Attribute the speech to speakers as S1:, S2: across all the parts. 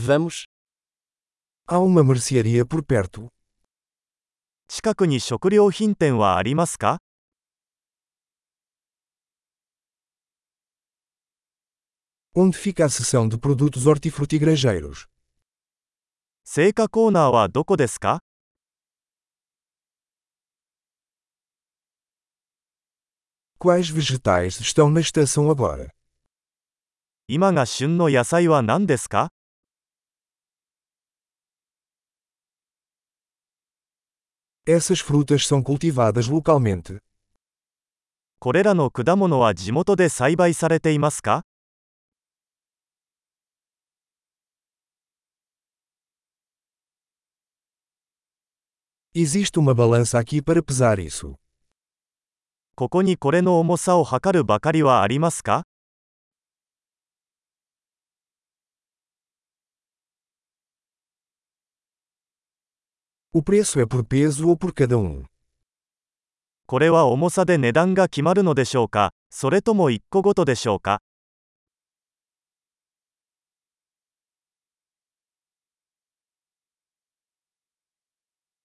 S1: Vamos.
S2: Há uma mercearia por perto.
S3: 近くに食料品店はありますか
S2: Onde fica a seção de produtos hortifrutigranjeiros?
S3: 青果コーナーはどこですか
S2: Quais vegetais estão na estação agora?
S3: 今が旬の野菜は何ですか
S2: Essas frutas são cultivadas localmente.
S3: これらの果物は地元で栽培されていますか
S2: Existe uma balança aqui para pesar isso.
S3: ここにこれの重さを測るばかりはありますか
S2: O preço é por peso ou por cada um?
S3: これは重さで値段が決まるのでしょうかそれとも1個ごとでしょうか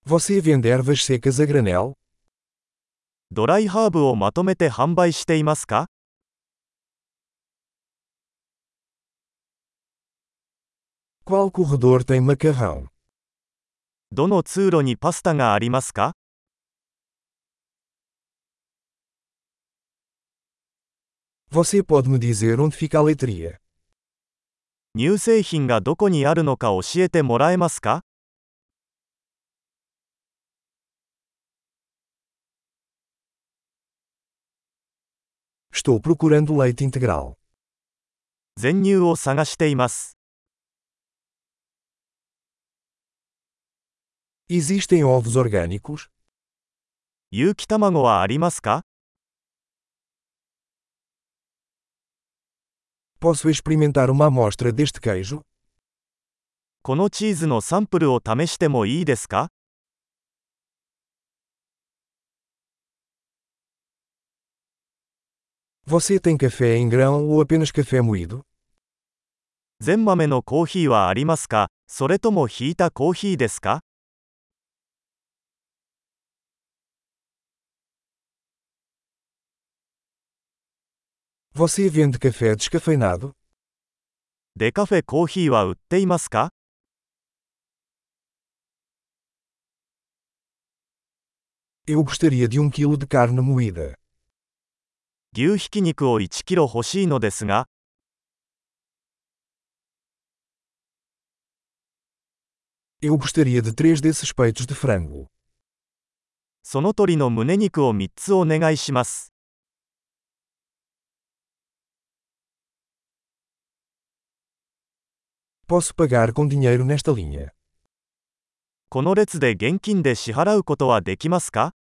S2: Você vende ervas secas a granel?
S3: ドライハーブをまとめて販売していますか
S2: Qual corredor tem macarrão?
S3: どの通路にパスタがありますか
S2: Você pode me dizer onde fica a leitria?
S3: 乳製品がどこにあるのか教えてもらえますか
S2: Estou procurando leite integral.
S3: 全乳を探しています。
S2: Existem ovos orgânicos?
S3: 有機卵はありますか
S2: Posso experimentar uma amostra deste queijo?
S3: このチーズのサンプルを試してもいいですか
S2: Você tem café em grão ou apenas café moído?
S3: 全豆のコーヒーはありますかそれともひいたコーヒーですか
S2: Você vende café descafeinado?
S3: デカフェコーヒーは売っていますか
S2: Eu gostaria de um quilo de carne moída.
S3: 牛ひき肉を1キロ欲しいのですが、
S2: Eu gostaria de três desses peitos de frango.
S3: その鳥の胸肉を3つお願いします。
S2: Posso pagar com dinheiro nesta linha.
S3: この列で現金で支払うことはできますか